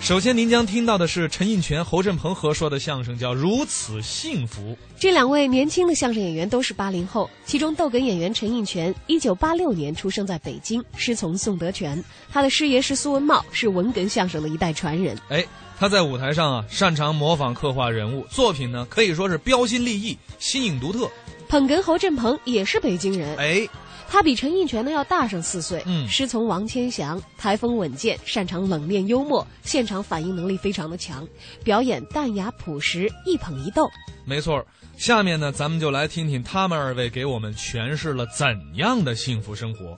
首先，您将听到的是陈印泉、侯振鹏合说的相声，叫《如此幸福》。这两位年轻的相声演员都是八零后，其中逗哏演员陈印泉，一九八六年出生在北京，师从宋德全，他的师爷是苏文茂，是文哏相声的一代传人。哎，他在舞台上啊，擅长模仿刻画人物，作品呢可以说是标新立异、新颖独特。捧哏侯振鹏也是北京人，哎，他比陈印泉呢要大上四岁，嗯师从王千祥，台风稳健，擅长冷面幽默，现场反应能力非常的强，表演淡雅朴实，一捧一逗。没错儿。下面呢，咱们就来听听他们二位给我们诠释了怎样的幸福生活。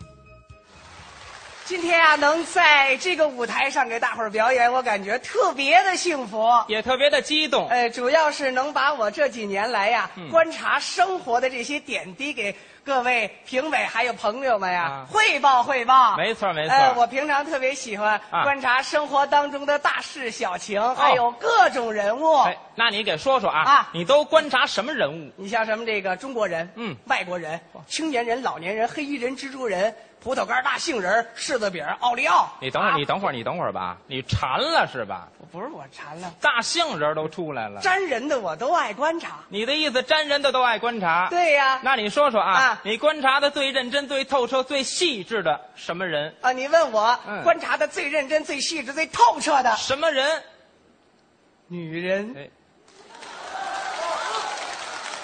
今天啊，能在这个舞台上给大伙儿表演，我感觉特别的幸福。也特别的激动。呃，主要是能把我这几年来呀、嗯观察生活的这些点滴给各位评委还有朋友们呀、啊汇报汇报。没错没错呃，我平常特别喜欢啊哦观察生活当中的大事小情，还有各种人物。哎，那你给说说啊，啊你都观察什么人物？你像什么这个中国人，嗯外国人、青年人、老年人、黑衣人、蜘蛛人、葡萄干、大杏仁、柿子饼、奥利奥。你等会儿，啊你等会儿，你等会儿吧，你馋了是吧？不是我馋了。大杏仁都出来了，粘人的我都爱观察。你的意思沾人的都爱观察？，对呀、那你说说啊，啊你观察的最认真、最透彻、最细致的什么人？啊，你问我、嗯观察的最认真、最细致、最透彻的什么人？女人，哎，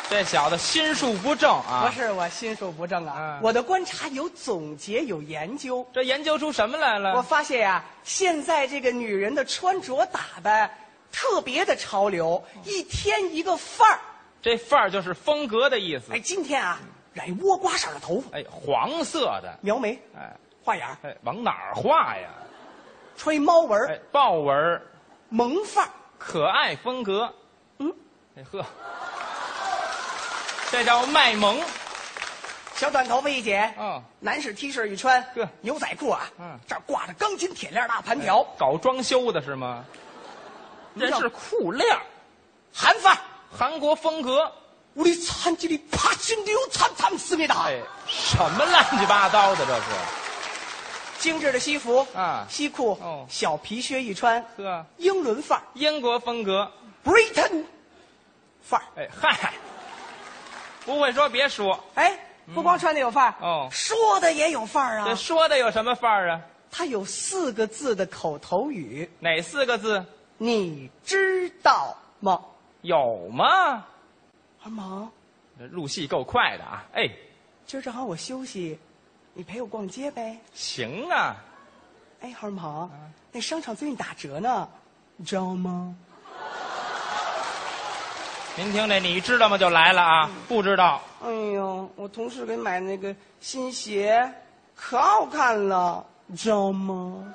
这小子心术不正啊！不，是我心术不正啊，嗯我的观察有总结，有研究。这研究出什么来我了？发现呀、现在这个女人的穿着打扮特别的潮流，一天一个范儿。这范儿就是风格的意思哎，。今天啊，染一倭瓜色的头发，哎，黄色的，描眉，哎画眼儿，哎，往哪儿画呀？穿一猫纹儿，哎，豹纹儿。萌范儿。可爱风格，嗯，哎呵，这叫卖萌小短头发一剪，嗯男士 T 恤一穿，呵牛仔裤啊，嗯这儿挂着钢筋铁链大盘条，搞装修的是吗？您人这是酷料，韩范儿。韩国风格， 우리산지리파신디우참참습니다 哎，什么乱七八糟的这是？精致的西服啊西裤，哦小皮靴一穿，呵，英伦范儿英国风格， ，Britain 范儿。哎嗨，不会说别说，哎，不光穿的有范儿，嗯哦说的也有范儿这啊。说的有什么范儿啊？他有四个字的口头语，哪四个字？你知道吗？有吗？二毛，这入戏够快的啊！哎，今儿正好我休息，你陪我逛街呗。行啊，哎，二毛，那商场最近打折呢，你知道吗？您听这，你知道吗？就来了啊！不知道，哎呦，我同事给买那个新鞋，可好看了，你知道吗？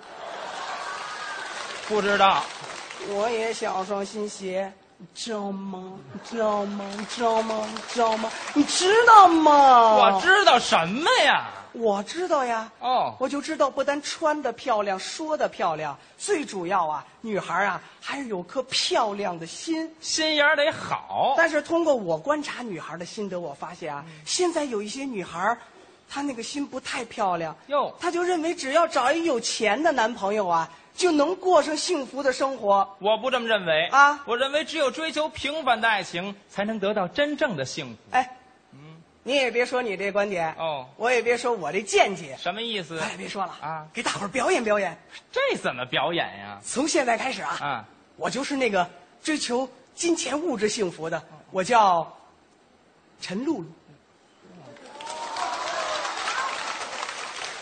不知道。我也想双新鞋，你知道吗？你知道吗？你知道吗？你知道吗？你知道吗？我，知道什么呀？我知道呀。哦我就知道，不单穿的漂亮，说的漂亮，最主要啊，女孩啊，还是有颗漂亮的心。心眼儿得好。但是通过我观察女孩的心得，我发现嗯啊，现在有一些女孩儿，她那个心不太漂亮哟她就认为只要找一有钱的男朋友啊，就能过上幸福的生活。我不这么认为啊我认为只有追求平凡的爱情，才能得到真正的幸福。哎，你也别说你这观点嗯哦我也别说我这见解，什么意思？咱也别说了啊给大伙儿表演表演。这怎么表演呀？从现在开始啊，啊，我就是那个追求金钱物质幸福的，嗯我叫陈露露。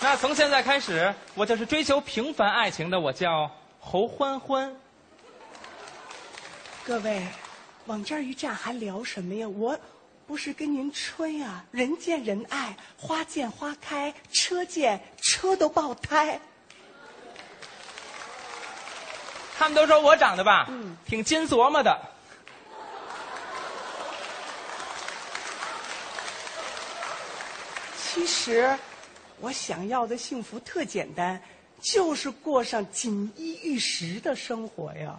那从现在开始，我就是追求平凡爱情的，我叫侯欢欢。各位，往这儿一站还聊什么呀？我不是跟您吹啊，人见人爱，花见花开，车见车都爆胎。他们都说我长得吧，挺金琢磨的。其实，我想要的幸福特简单，就是过上锦衣玉食的生活呀。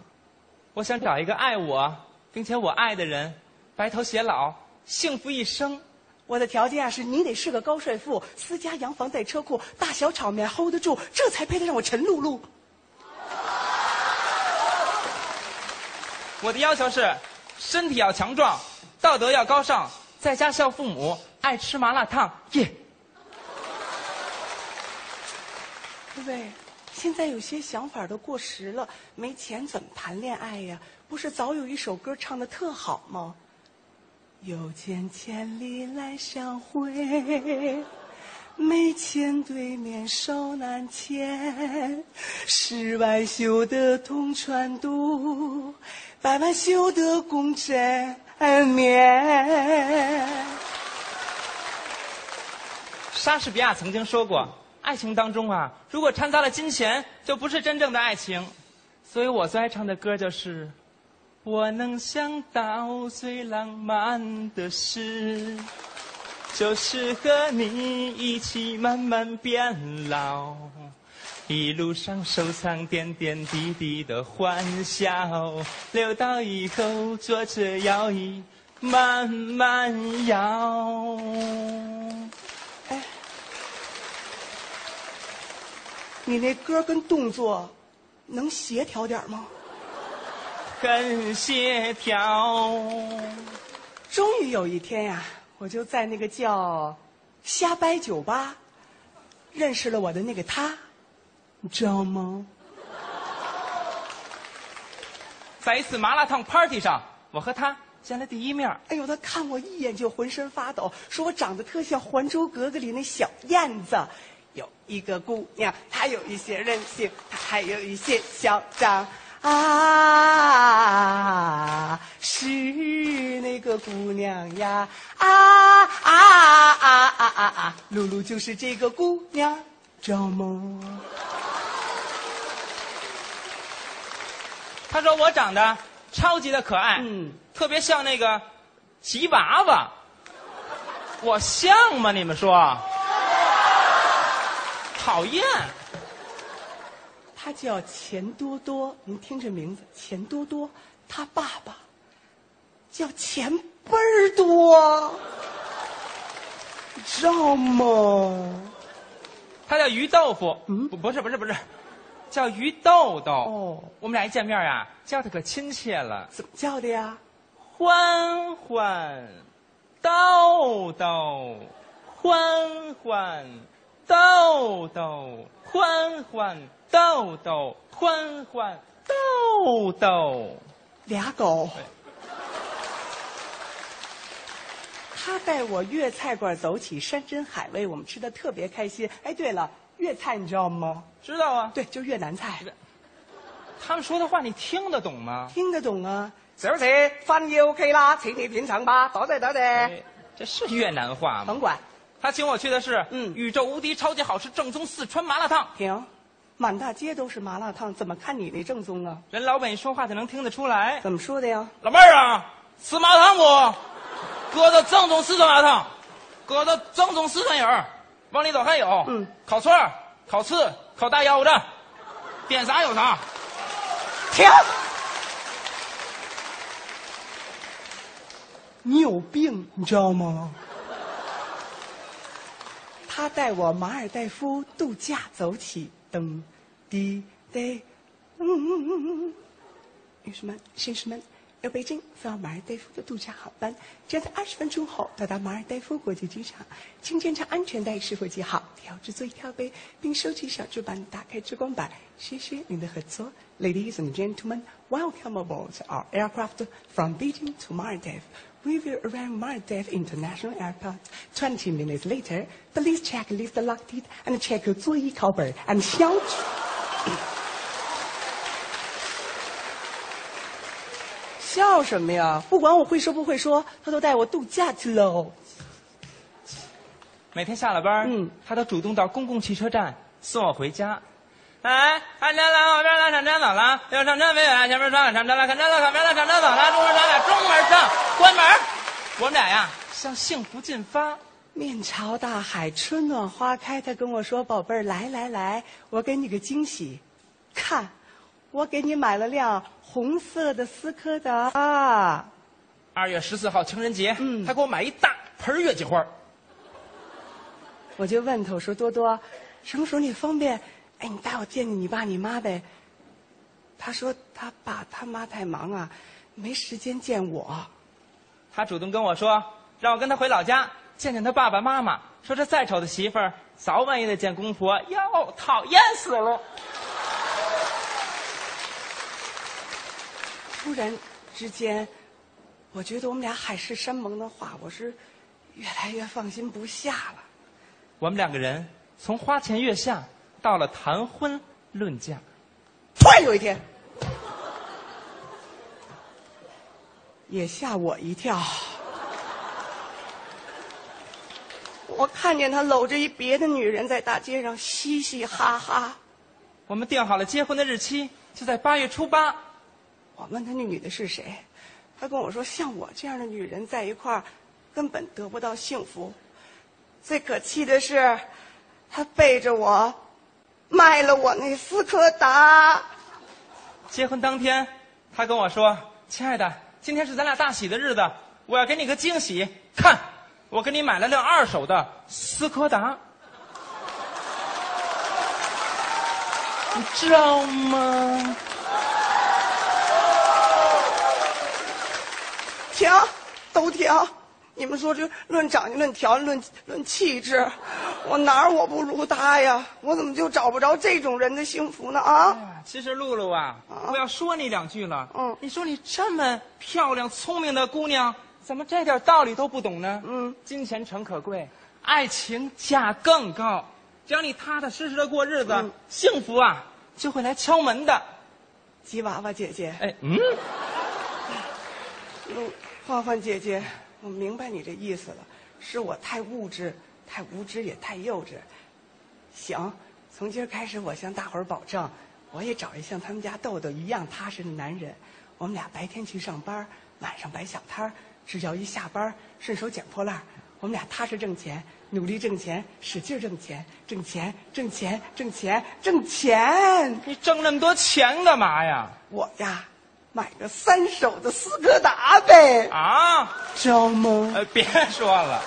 我想找一个爱我，并且我爱的人，白头偕老，幸福一生。我的条件啊，是你得是个高帅富，私家洋房带车库，大小场面 hold 得住，这才配得上我陈露露。我的要求是，身体要强壮，道德要高尚，在家孝父母，爱吃麻辣烫，耶！各位，现在有些想法都过时了，没钱怎么谈恋爱呀？不是早有一首歌唱的特好吗？有钱千里来相会，没钱对面手难牵。十万修得同船渡，百万修得共枕眠。莎士比亚曾经说过，爱情当中啊，如果掺杂了金钱，就不是真正的爱情。所以我最爱唱的歌就是。我能想到最浪漫的事，就是和你一起慢慢变老，一路上收藏点点滴滴的欢笑，留到以后坐着摇椅慢慢摇。你那歌跟动作能协调点吗？很协调。终于有一天呀、我就在那个叫“瞎掰酒吧”认识了我的那个他，你知道吗？在一次麻辣烫 party 上，我和他见了第一面。哎呦，他看我一眼就浑身发抖，说我长得特像《还珠格格》里那小燕子。有一个姑娘，她有一些任性，她还有一些嚣张。啊，是那个姑娘呀！啊啊啊啊啊啊啊！露露就是这个姑娘，知道吗？他说我长得超级的可爱，嗯特别像那个吉娃娃。我像吗？你们说？讨厌！他叫钱多多，您听这名字，钱多多，他爸爸叫钱倍儿多，你知道吗？他叫鱼豆腐，嗯不不是不是不是，叫鱼豆豆。哦我们俩一见面啊，叫的可亲切了。怎么叫的呀？欢欢，豆豆，欢欢，豆豆，欢欢，豆豆，欢欢，豆豆。俩狗。他带我粤菜馆走起，山珍海味我们吃的特别开心。哎，对了，粤菜你知道吗？知道啊？对，就越南菜，他们说的话你听得懂吗？听得懂啊。小姐，翻译 OK 啦，请你品尝吧，多谢多谢。哎，这是越南话吗甭？管，他请我去的是嗯宇宙无敌超级好吃正宗四川麻辣烫。停，满大街都是麻辣烫，怎么看你那正宗啊？人老板一说话就能听得出来。怎么说的呀？老妹儿啊，吃麻辣烫不？哥的正宗四川麻辣烫，哥的正宗四川人儿。往里走还有，嗯烤串儿、烤翅、烤大腰子，点啥有啥。停！你有病，你知道吗？他带我马尔代夫度假走起，噔滴滴，嗯，女士们、先生们，由北京飞往马尔代夫的度假航班将在二十分钟后到达马尔代夫国际机场，请检查安全带是否系好，调至最跳杯，并收起小桌板，打开遮光板。谢谢您的合作，Ladies and gentlemen, welcome aboard our aircraft from Beijing to Maldives. We will arrive Maldives International Airport 20 minutes later. Please check list locked it and check your 座椅靠本 and 消除。笑什么呀？不管我会说不会说，他都带我度假去喽。每天下了班，嗯他都主动到公共汽车站送我回家。哎，上站了，我这儿了，上站早了，要上站没有啊？前面上，上站了，上站了，上站了，上站早了，中门上俩，中门上，关门。我们俩呀，向幸福进发。面朝大海，春暖花开。他跟我说：“宝贝儿，来来来，我给你个惊喜，看，我给你买了辆红色的斯柯达。”啊，二月十四号情人节，嗯他给我买一大盆月季花。我就问他，我说：“多多，什么时候你方便？哎，你带我见见你爸你妈呗。”他说：“他爸他妈太忙啊，没时间见我。他主动跟我说，让我跟他回老家见见他爸爸妈妈，说这再丑的媳妇儿，早晚也得见公婆。哟，讨厌死了！突然之间，我觉得我们俩海誓山盟的话，我是越来越放心不下了。我们两个人从花前月下到了谈婚论嫁，突然有一天，也吓我一跳。我看见他搂着一别的女人在大街上嘻嘻哈哈。我们定好了结婚的日期，就在八月初八。我问他那女的是谁，他跟我说，像我这样的女人在一块儿，根本得不到幸福。最可气的是，他背着我，卖了我那斯柯达。结婚当天，他跟我说：“亲爱的，今天是咱俩大喜的日子，我要给你个惊喜。看，我给你买了辆二手的斯柯达，你知道吗？停，都停！你们说这论长相、论条件、论论气质，我哪儿我不如他呀？我怎么就找不着这种人的幸福呢？啊！哎其实露露啊，啊我要说你两句了。嗯你说你这么漂亮、聪明的姑娘，怎么这点道理都不懂呢？嗯，金钱诚可贵，爱情价更高。只要你踏踏实实的过日子，嗯幸福啊就会来敲门的。吉娃娃姐姐，哎，嗯，嗯，欢欢姐姐，我明白你这意思了，是我太物质、太无知，也太幼稚。行，从今儿开始，我向大伙儿保证，我也找一像他们家豆豆一样踏实的男人。我们俩白天去上班，晚上摆小摊儿，只要一下班，顺手捡破烂儿。我们俩踏实挣钱，努力挣钱，使劲儿挣钱，挣钱，挣钱，挣钱，挣钱。你挣那么多钱干嘛呀？我呀，买个三手的斯柯达呗，啊，哎知道吗？呃，别说了，